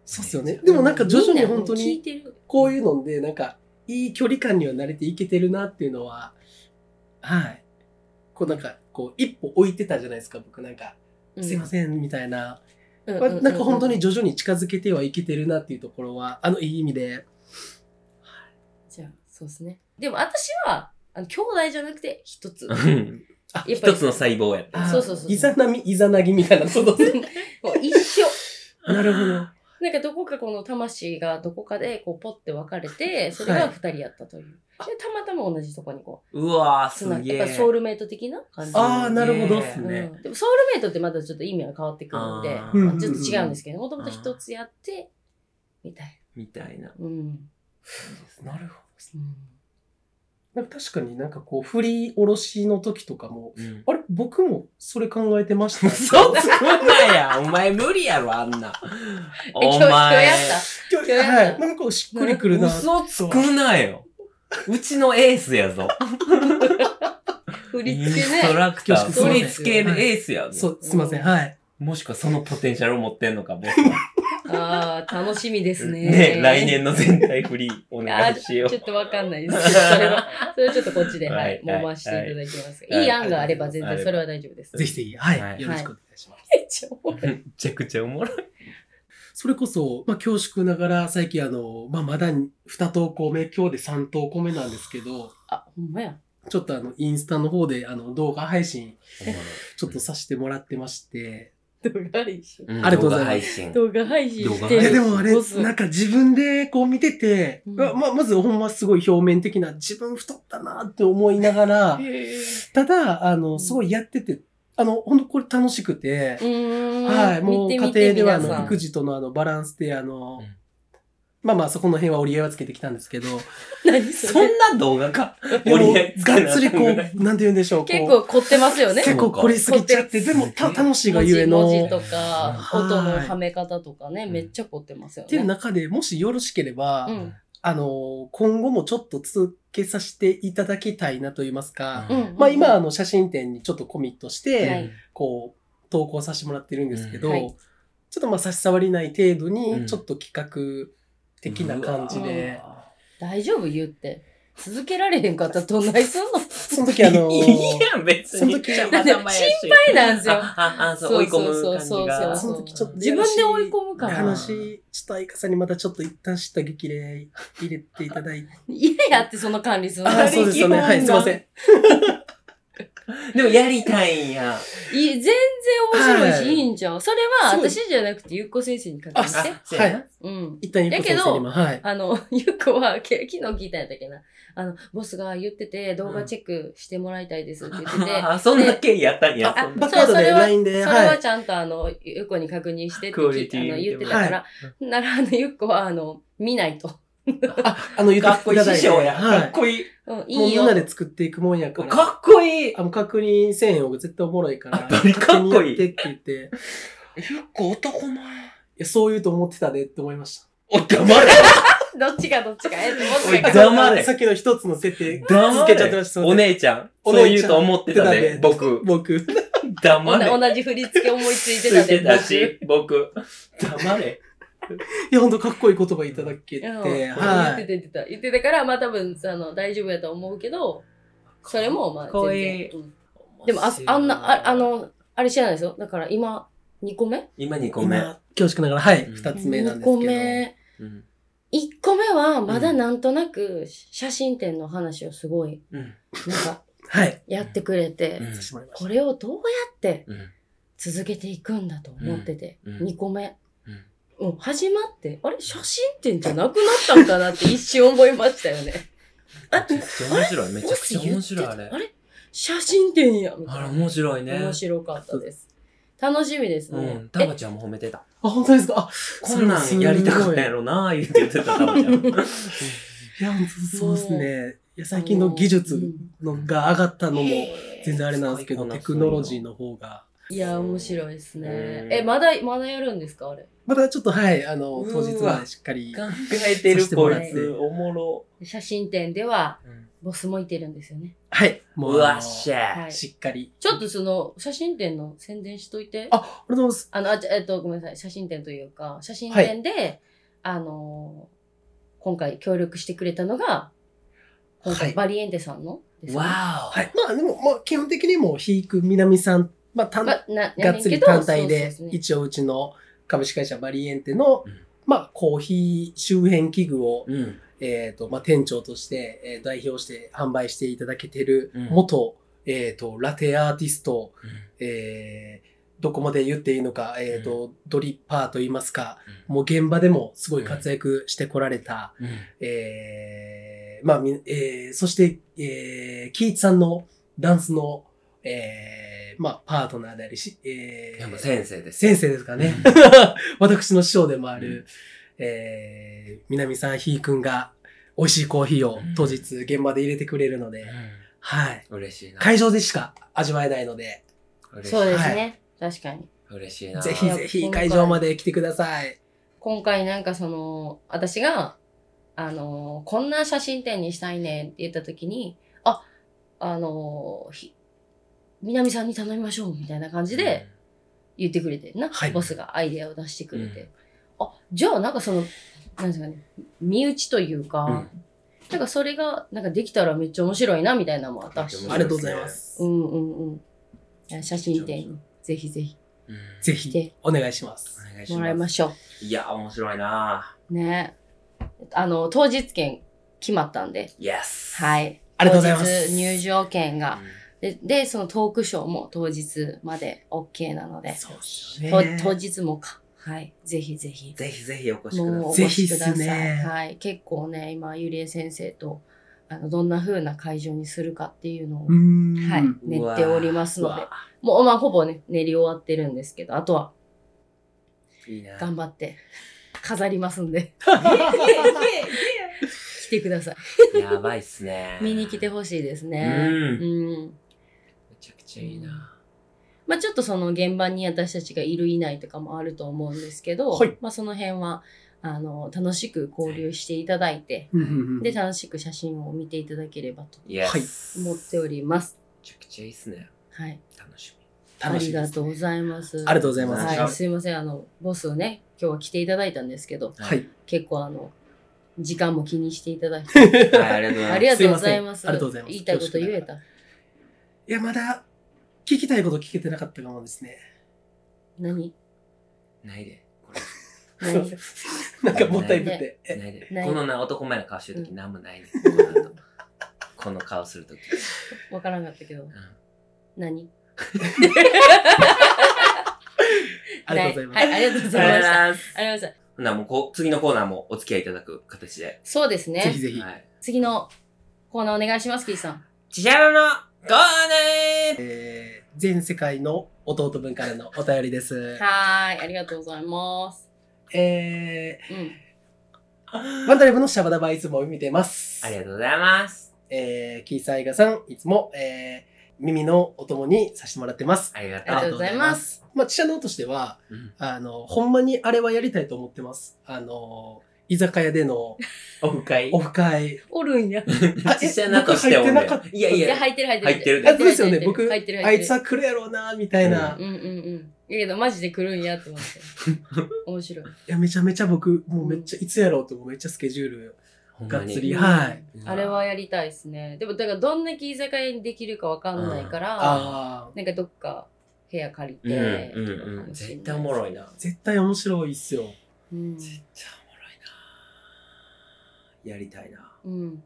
そそううっすよっすよねね。でもなんか徐々に本当みんなもう聞いに、てる。こういうので、なんか、いい距離感には慣れていけてるなっていうのは、はい。こうなんか、こう、一歩置いてたじゃないですか、僕なんか、すいまん。せん、みたいな。うんまあううなんか本当に徐々に近づけては生きてるなっていうところは、あの、いい意味で。じゃあそうですねでも私はあの兄弟じゃなくて一 つあやっぱり一つの 細胞やった。あーそうそうそうそういざなみ、いざなぎみたいなことでもう一緒なるほど。なんかどこかこの魂がどこかでこうポッて分かれてそれが二人やったという、でたまたま同じとこにこうわー、うすつながっげてえ。やっぱソウルメイト的な感じあーなるほどっすーね。うん、でもソウルメイトってまたちょっと意味が変わってくるんであーまあちょっと違うんですけどもともと一つやってみたいみたいな。うん、うんなるほど。なんか確かになんかこう、振り下ろしの時とかも、うん。あれ、僕もそれ考えてました。 そうつくんなや。お前無理やろ、あんな。え今お日今日や前っ。今日今日やはだい。なんかこうしっくりくるな。嘘つくなよ。うちのエースやぞ。た振イりン付けストねラクター。恐振縮り付けるエースやそぞ。う、すいません。はい。もしくはそのポテンシャルを持ってんのか、僕は。ああ楽しみです ねね、来年の全体振りお願あいしよちょう。っとわかんないですけど、それは、それはちょっとこっちで、ははいい、もう回していただきますが。はいいい案があれば全然それは大丈夫です。ぜひぜひ、はい。はいよろしくお願いします。 めっちゃおもろいめちゃくちゃおもろ い。それこそ、まあ、恐縮ながら、最近あの、まあ、まだ2投稿目、今日で3投稿目なんですけど、あ、ほん まや。ちょっとあの、インスタの方で、あの、動画配信、ちょっとさせてもらってまして、動画配信。うんありがとうございます動画配信動画配信し動て画い配や信でる。もあれボ、スなんか自分でこう見てて、うんまあまあまずほんますごい表面的な自分太ったなって思いながら、へえただ、あうの、んすごいやってて、あの、本当これ楽しくてう、ーん。はい、もう家見庭てみてではあ皆さの、ん育児とのあの、バランスであのうん、まあまあそこの辺は折り合いはつけてきたんですけど、 何そそれんな動画か。いやもう折り合いつけながっつりこう、なんて言うんでしょう。こう結構凝ってますよね。結構凝りすぎちゃって、そでうかもた楽しいが文ゆえ字の。文字っとか、はい音のはめ方とかね、めっちゃ凝ってますよていうね。中で、もしよろしければ、うん。あの、今後もちょっと続けさせていただきたいなと言いますか、うん。まあ今、あの、写真展にちょっとコミットしうて、はいこう、投稿させてもらってるんですけど、うんはいちょっとまあ差し障りない程度うに、んちょっと企画的な感じでう、わ大丈夫言って。続けられへんかったらどんないすんの その時あ の、い いやん、別そのに。時まだまやし心配いなんですよ。 あ、ああそう、追い込む感そじうそうが。そうその時ちょっと自分で追い込むから。話、ちょっと相方さんにまたちょっと一旦下激励入れていただ いて。いややってその管理するの。あー、そうですよね。はい、すいません。でもやりたいんや。い全然面白いし、はいいいんじゃん。それはそう私じゃなくて、ゆっこ先生に確認して。あそうやなうん。一旦ゆっこ先生にも、はい。あの、 ゆっこは、け昨日聞いたんやったっけな。あの、ボスが言ってて、動画チェックしてもらいたいですって言ってて。 あ、そんな経緯やったんや。あそんなバックヤードそでれは LINE で、それは。はいちゃんとあの、ゆっこに確認してってクオ聞いリテたあィの言ってたから、ならあのゆっこはあの、見ないと。あ、あの、言かっこいい師匠や。はかっい。こいい。うん、もういいみよんな。で作っていくもんやから。かっこいい。あの、確認せえへん方が絶対おもろいから。あやっぱりかっこいい確認やってって言って。い結構男前。や、そう言うと思ってたでって思いました。おい、黙れ。 どっちがどっちが、え、どっおいちが。黙れさっきの一つの設定、黙続けちゃってれま。した。お姉ちゃん。おそう姉言ちうゃんと思ってたで、僕。 僕。黙おれ。な同じ振り付け思いついてつたいてで、たし、僕。黙れ。いや、ほんとかっこいい言葉いただけて、うん言っはてい。た言ってた言ってたからまあ多分あの大丈夫やと思うけどそれもまあかっこいい全然うんでもああんなああ、のあれ知らないですよだから今2個目今にごめん。今、恐縮ながら、はい、うん二つ目なんですけ2ど。個目うん。 1個目はまだなんとなく写真展の話をすごいうん。なんかはい。やってくれて、うんさせてもらいました。これをどうやってうん。続けていくんだと思ってて、うんうん2個目うん。もう始まってあれ写真展じゃなくなったんかなって一瞬思いましたよねあめちゃくちゃ面白い。めちゃくちゃ面白い、あれあ。れ写真展やみたいあなれ、面白いね。面白かったです。楽しみですうねん。。タバちゃんも褒めてた。あ、本当ですかあ、こんなんやりたかったんやろ。ろな、言ってた、タバちゃん。いや、本当そうですね。いや、最近あのの技術のが上がったのも、全然あれなんですけど、へーテクノロジーの方が。いや、面白いですねへ。ーえ、まだ、まだやるんですかあれ。またちょっと、はい、あの、うー当わ日までしっかり。考えてる、こさいせてつ。おもろ。写真展では、ボスもいてるんですよね。はい、もうう、あわのっしゃはいしっかり。ちょっとその、写真展の宣伝しといて。あありがとうございます。あの、あ、ちょえっと、ごめんなさい。写真展というか、写真展で、あのー、今回協力してくれたのが、今は回いバリエンテさんのですねわはい。まあ、でも、まあ、基本的にもう、ひいくみなみさん、まあ、たん、まあ、な、がやっねんつけりど単体でそうそうそう、一応うちの株式会社バリエンテの、うんまあ、コーヒー周辺器具を、うん。えっ、と、まあ、店長として、えー代表して販売していただけてるうん、元、えっ、と、ラテアーティスト、えーどこまで言っていいのか、えっ、と、ドリッパーと言いますか、もう現場でもすごい活躍してこられた、うん。えーまあ、みえーそして、えー、キイチさんのダンスの、えーまあ、パートナーでありし、えーでも先生です。先生ですかね。うん私の師匠でもある、えー南さん、ひーくんが、美味しいコーヒーをうん当日現場で入れてくれるので、はい。嬉しいな。会場でしか味わえないので、嬉しいそうですね。確かに。嬉しいな。ぜひぜいひや会場まで来てください。今回なんかその、私が、あのーこんな写真展にしたいねんって言った時に、あ、あのーひ、南さんに頼みましょうみたいな感じで言ってくれてんな、はいボスがアイデアを出してくれて。うんあ、じゃあなんかその、なんですかね、身内というか、うん、なんかそれが、なんかできたらめっちゃ面白いなみたいなのもあったし。めっちあゃ面白りがとうございます。うんうんうん。写真展にぜひぜひうんぜ来ひて、お願いします。お願いしもらいまます。しょいや、面白いな。う。ねあの、当日券決まったんで。イエス。い。はい。ありがとうございます当日入場券が。で、でそのトークショーも当日まで OK なので、そうですとよ当日もか。はい。ぜひぜひ。ぜひぜひお越しくだもうおさい。越しくだぜひっさすい。ねはい。結構ね、今、ゆりえ先生と、あの、どんな風な会場にするかっていうのを、うーん。はい。 練うわっておりますのうでわ、もう、まあ、ほぼね、練り終わってるんですけど、あとは、いいな。頑張って飾りますんで来てください。やばいっすね見に来てほしいですう。ねうんめんちゃくちゃいいな。まあちょっとその現場に私たちがいるいないとかもあると思うんですけど、はいまあその辺はあの楽しく交流していただいて、 うんうんうんで楽しく写真を見ていただければとイエはいス。思っており。りますめちゃくちゃいいっすね。はい楽しみ。あ楽しりみでがすとうございますありがとうございますはい、すいませんあのボスをね今日は来ていただいたんですけどはい。結構あの時間も気にしていただいてはい、ありがとうございます。 ありがとうござすいませんありがとうございいます。ます言いたいこと言えた。いや、まだ聞きたいこと聞けてなかったかもですね。 何ないで。こ何なんかもったいぶって。れえないで。ないこのな男前の顔してるとき、なんもないで。この顔するとき。わからなかったけどう。ん何ありがとうございますは。い、ありがとうございました。ありがとうす。ございました。ほな、もうこう、次のコーナーもお付き合いいただく形で。そうですね。ぜひぜひ。はい。次のコーナーお願いします、キーさん。ちしゃらのコーナーえー全世界の弟分からのお便りです。はーい、ありがとうございます。えうん。ー、ワンダレブのシャバダバいつも見てます。ありがとうございます。えー、キーサイガさん、いつも、えー、耳のお供にさせてもらってます。。ありがとありがとうう。ございますまあ、記者のとしては、うんあの、ほんまにあれはやりたいと思ってます。あの、居酒屋でのオフ会オフ 会。おるんや。あちしゃなとしてえおん僕ね入ってなかったいやいいや、や、入ってる、入ってる。入ってるあそうですよね、入ってる僕、入ってる、あ入っいてつる。は来るやろうな、みたいな。うんうんうん。だけど、マジで来るんやって思って。面白い。いや、めちゃめちゃ僕、もうめっちゃ、いつやろうと、めっちゃスケジュール。ほんまがっにつり、 はい。あれ。はやりたいですね。でも、だから、どんな居酒屋にできるかわかんないから。ああ、なんかどっか部屋借りうんて、うんうん。絶対おもろいな。絶対面白いっすよ。うん、絶対おもろいな。やりたいな。うん、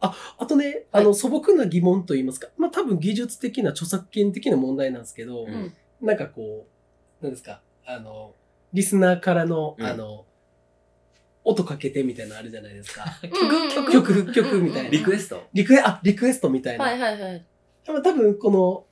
あとね、はいあの、素朴な疑問と言いますか、まあ多分技術的な著作権的な問題なんですけど、うんなんかこう、なんですか、あの、リスナーからの、うんあの、音かけてみたいなのあるじゃないですか。曲曲曲みたいなリクエストリクエ、あ、リクエストみたいな。はいはいはいまあ多分この、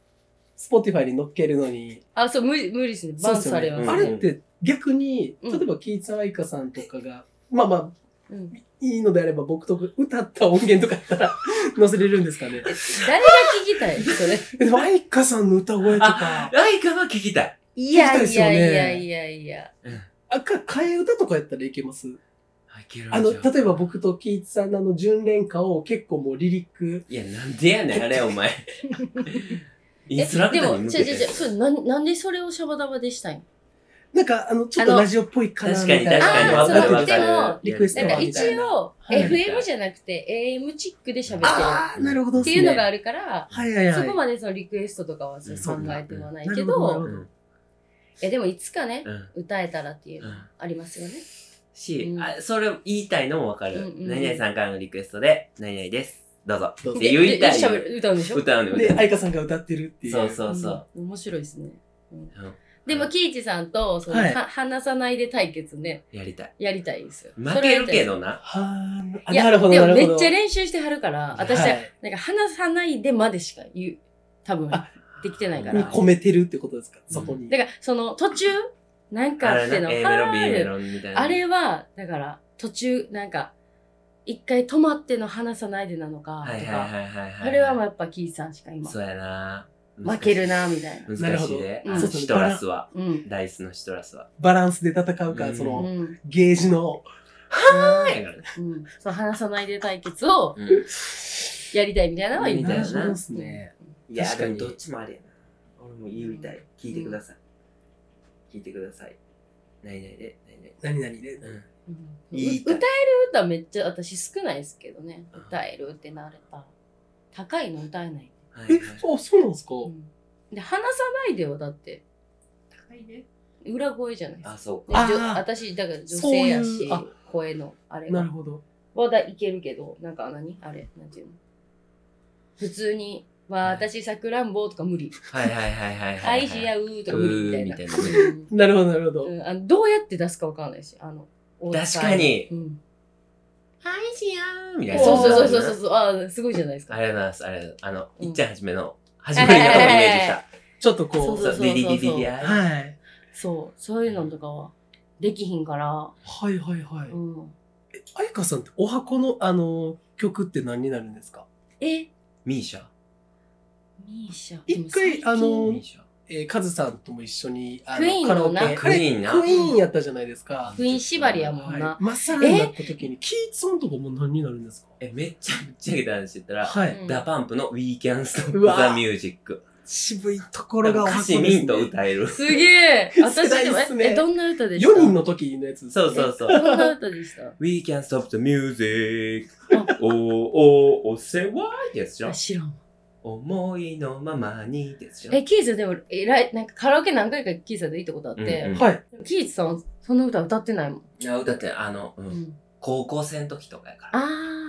スポティファイに乗っけるのに、あそう無理無理ですねバンされますうんあれって逆に、う例んえばキーツアイカさんとかが、まあまあ、うん、いいのであれば僕とか歌った音源とかやったら 載せれるんですかね。誰が聞きたいそれでも、アイカさんの歌声とか、ライカは聞きたい。いきたやいでいすよやねいやいやいやあか、替え歌とかやったらいけますいけるあの、例えば。僕とキーツさんのあの、純恋歌を結構もうリリック。いや、なんでやねん、あれ、お前。インストラクターに向けえでも違う違う違うて。そうなんなんでそれをシャバダバでしたいのなんか、あの、ちょっとラジオっぽいかな確かに、みたいな。確かに、あわーかるそわかうでるも。リクエストなんはかみ一たいな応はい FM じゃなくて AM チックで喋ってるああ、なるほどっでてすね。いうのがあるからはいはいはい。そこまでそのリクエストとかは考えてはないけど、なるほどなるほどうんやでもいつかね、うん。歌えたらっていううのんありますよね。し、うんあ、それ言いたいのもわかる、うんうん何々さんからのリクエストで、何々です。どうぞ。どうぞって言いたい。で喋る歌うんでしょ歌うのよで、愛花さんが歌ってるっていう。そうそうそう。うん。面白いですね。うんでも、キイチさんと、その、はいは話さないで対決ね、やりたい。やりたいですよ。負けるけど。どな。はーあ、いやなるほど、でなもるほめど。っちゃ練習してはるから、私は、はいなんか話さないでまでしか言う、多分。だかあできてないかにら込めてるってことですか、そこに。ら、その途中、なんあかれってのな、A メロ、は B いメロみたいな。あれは、だから、途中、なんか、一回止まっての話さないでなのか、はいとはいはいか、はいはい、あれはもうやっぱキイチさんしか今、そうやな。負けるな、みたいな。なる難ほしどいね。うんあのシトラスは。うん。ダイスのシトラスは。バランスで戦うか、うんそうの、ん。ゲージの。はい、やからね。うん。そう、話さないで対決をうん。やりたいみたいなのは言いたいみなたいなそうですね。いや、確かでにもどっちもあれやな。俺も言いたい。聞いてください。聞いてください。ないないで、ないない。何々で。うん。うん言いた歌いえる歌めっちゃ私少ないですけどねうん歌えるってなれば高いの歌えない、はいえは、いあ、そうなんですかうんで話さないではだって高いね裏声じゃないですかあ、そうでか。あーじょ私だから女性そやうしいうあ声のあれなるがほど。はだいけるけどなんか何あれなんていうの普通に「わ私さくらんぼ」とか無理はいはいはいはい「はい。愛し合う」とかう無理みたーみたいいなな。うんなるほど、なるほど。うんあのどうやって出すかわかんないしあの確かにうん愛し合うみたいな。そうそうそううそううそうああすごいじゃないですかありがとうございます。ありがとうございます。あうんの、いっちゃんはじめの、始まりのところイメージした。ちょっとこそうう、そう、ディディディディディアイ。はい。そう、そういうのとかはできひんから、はいはいはい。うん。あゆかさんってお箱の、あの、曲って何になるんですかえ、ミーシャミーシャ。一回でも最近あのミーシャえー、カズさんとも一緒に、あクイーンのカラオケ。なクイーンなあれクイーンやったじゃないですか。クイーン縛りやもんな。はい。まっさらになった時に、キーツンとかも何になるんですかえ、めっちゃぶっちゃけた話してたら、はうい。んダパンプの We Can Stop the うわ Music。渋いところがお歌箱詞ですミねント歌える。すげえ私世でも、代っすねえ、どんな歌でした4人の時のやつですそうそうそう。どんな歌でした We Can Stop the Music あ。おーおーお世話ってやつじゃあん。知らん。思いのままにってやつじゃん。え、キーズでも、えらい、なんかカラオケ何回かキーズさんと行ったことあっうんて、はい。キーズさん、そんな歌歌ってないもん。いや歌って、あの、うんうん高校生の時とかやから。あ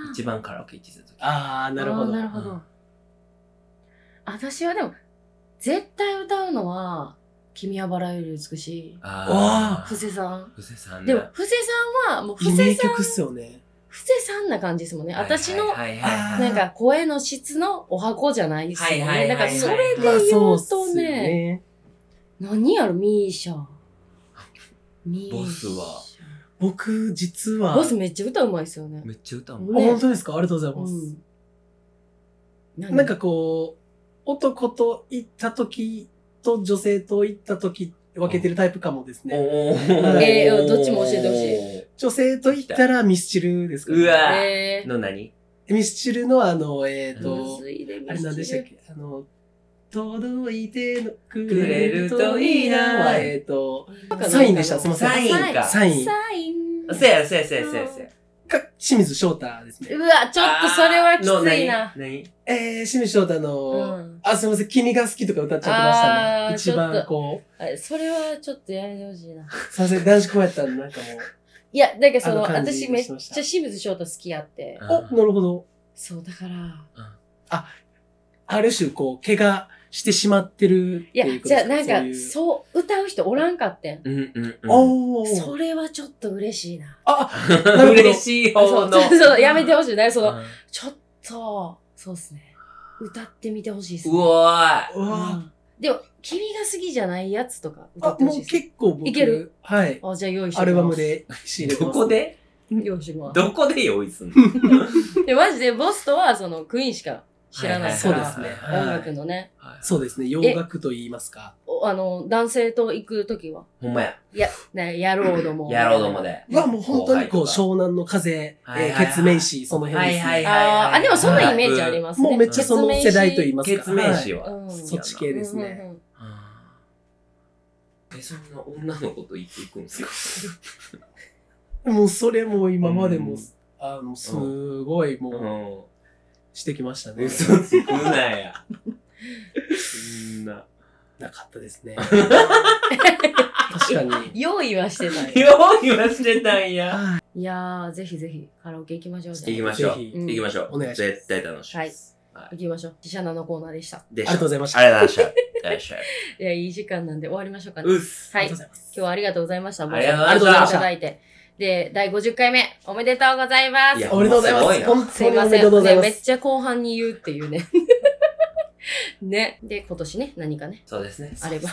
ー。一番カラオケ行ってた時。あー、なるほあーどな。るほど。私はでも、絶対歌うのは、君はバラより美しい。あ布施さん。布施さんでなも、布施さんは、もう布いい施名さん、曲っすよね。布施さんな感じですもんね。私の、はいはいはいはいなんか声の質のお箱じゃないですもんはいはいはいね。はないんかそれでまあ言そうっうすよとね、ね。何やろ、ミーシャ。ミーシャ。ボスは。僕、実は。ボスめっちゃ歌うまいですよね。めっちゃ歌うもん。あね本当ですかありがとうございうます。ん。なんかこう、男と行った時と女性と行った時分けてるタイプかもですね。おはいえーどっちも教えてて女性と行ったらミスチルですかねうわ何えー、の何ミスチルのあの、えっ、ー、むとむ、ずいであれ何でしたっけあの、届いてのくれれるるとといいいいななは、えっ、ー、と、ササインでしたすいませんサインかサインサイン。せやせやせやせやせや。か清水翔太ですねう。わ、ちょっとそれはきついあ。なーの何何えー、清水翔太の、うんあ、すいません、君が好きとか歌っちゃってましたあーね。一ちょっ番とこう、あれそれはちょっとやめてほしいな。すいません、男子校やったんでなんかいや、だからその、あの感じ私めっちしゃました清水翔太好きやって。もう、お、なるほど。そう、だから。ある種、こう、怪我してしまってるっていやいう、ことでじゃあすなそうんいか、うそう、歌う人おらんかってん。うんうんうん。おーそれはちょっと嬉しいな。なるほ ど嬉しいあ方そうの。 そうそう、やめてほしいね。そうの、んちょっと、そうですね。歌ってみてほしいですうね。おーい。うわーうんでも、君が好きじゃないやつとか歌あっ、てほもしいうですね。結構僕、いけるはい。あ、じゃあ用意してアルバム。で仕入れてどますこで用意してもらどこで用意すんのう。で、マジでボスとはそのクイーンしか 知らないかそうら。ですね。は音は楽いのね。はいそうですね。洋楽と言いますか。おあの、男性と行くときは。ほんまや。や、ね、やろうども。やろうども。で。はもう本当にこう、後湘南の風、はいはいえはいー、ケツメイシ、その辺ですね。はいはいあーあ、でもそんなイメージありますね。もうめっちゃその世代と言いますか。ケツメイシははうん好きやな。いそっち系ですうんね。うんうんあーえ、そんな女の子と行く行くんですか もうそれも今までうもん、あの、すごいもう、うしてきましたん。ね。 嘘つくなや。そんな。なかったですね。確 かに。用意はしてない。用意はしてたんや。いやー、ぜひぜひカラオケ行きましょ う行きね。ましょう。ぜひ行きましょう。お願いします絶対楽しいです。行きましょう。シシャナのコーナーでした。でありがとうございましたありがとうございまし た。よいしょいや、いい時間なんで終わりましょうかね。うっす。はい。ありがとうござい今ます日はありがとうございました。ありがとうございましたもお越しいただいて。で、第50回目、おめでとうございまいすや。おめでとうございますごいす。な本す当いにおまめでせとん。うございねまめっす。ちゃ後半に言うっていうね。 ね。で、今年ね、何かね、そうですね。あれば。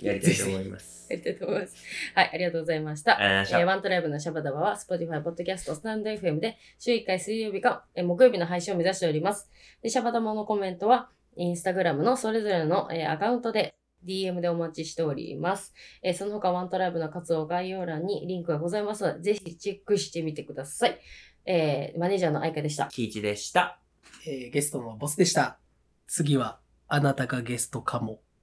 やりたいと思います。やりたいと思います。はい、ありがとうございました。ありがとうござえーいまワントライブのシャバダバは Spotify、Podcast、スタンド FM で週1回水曜日か、えー木曜日の配信を目指しております。でシャバダバのコメントはインスタグラムのそれぞれの、えーアカウントで DM でお待ちしております。えーその他ワントライブの活動概要欄にリンクがございますので、ぜひチェックしてみてください。えーマネージャーの愛花でした。した。キイチでした。えーゲストのボスでした。次は、あなたがゲストかも。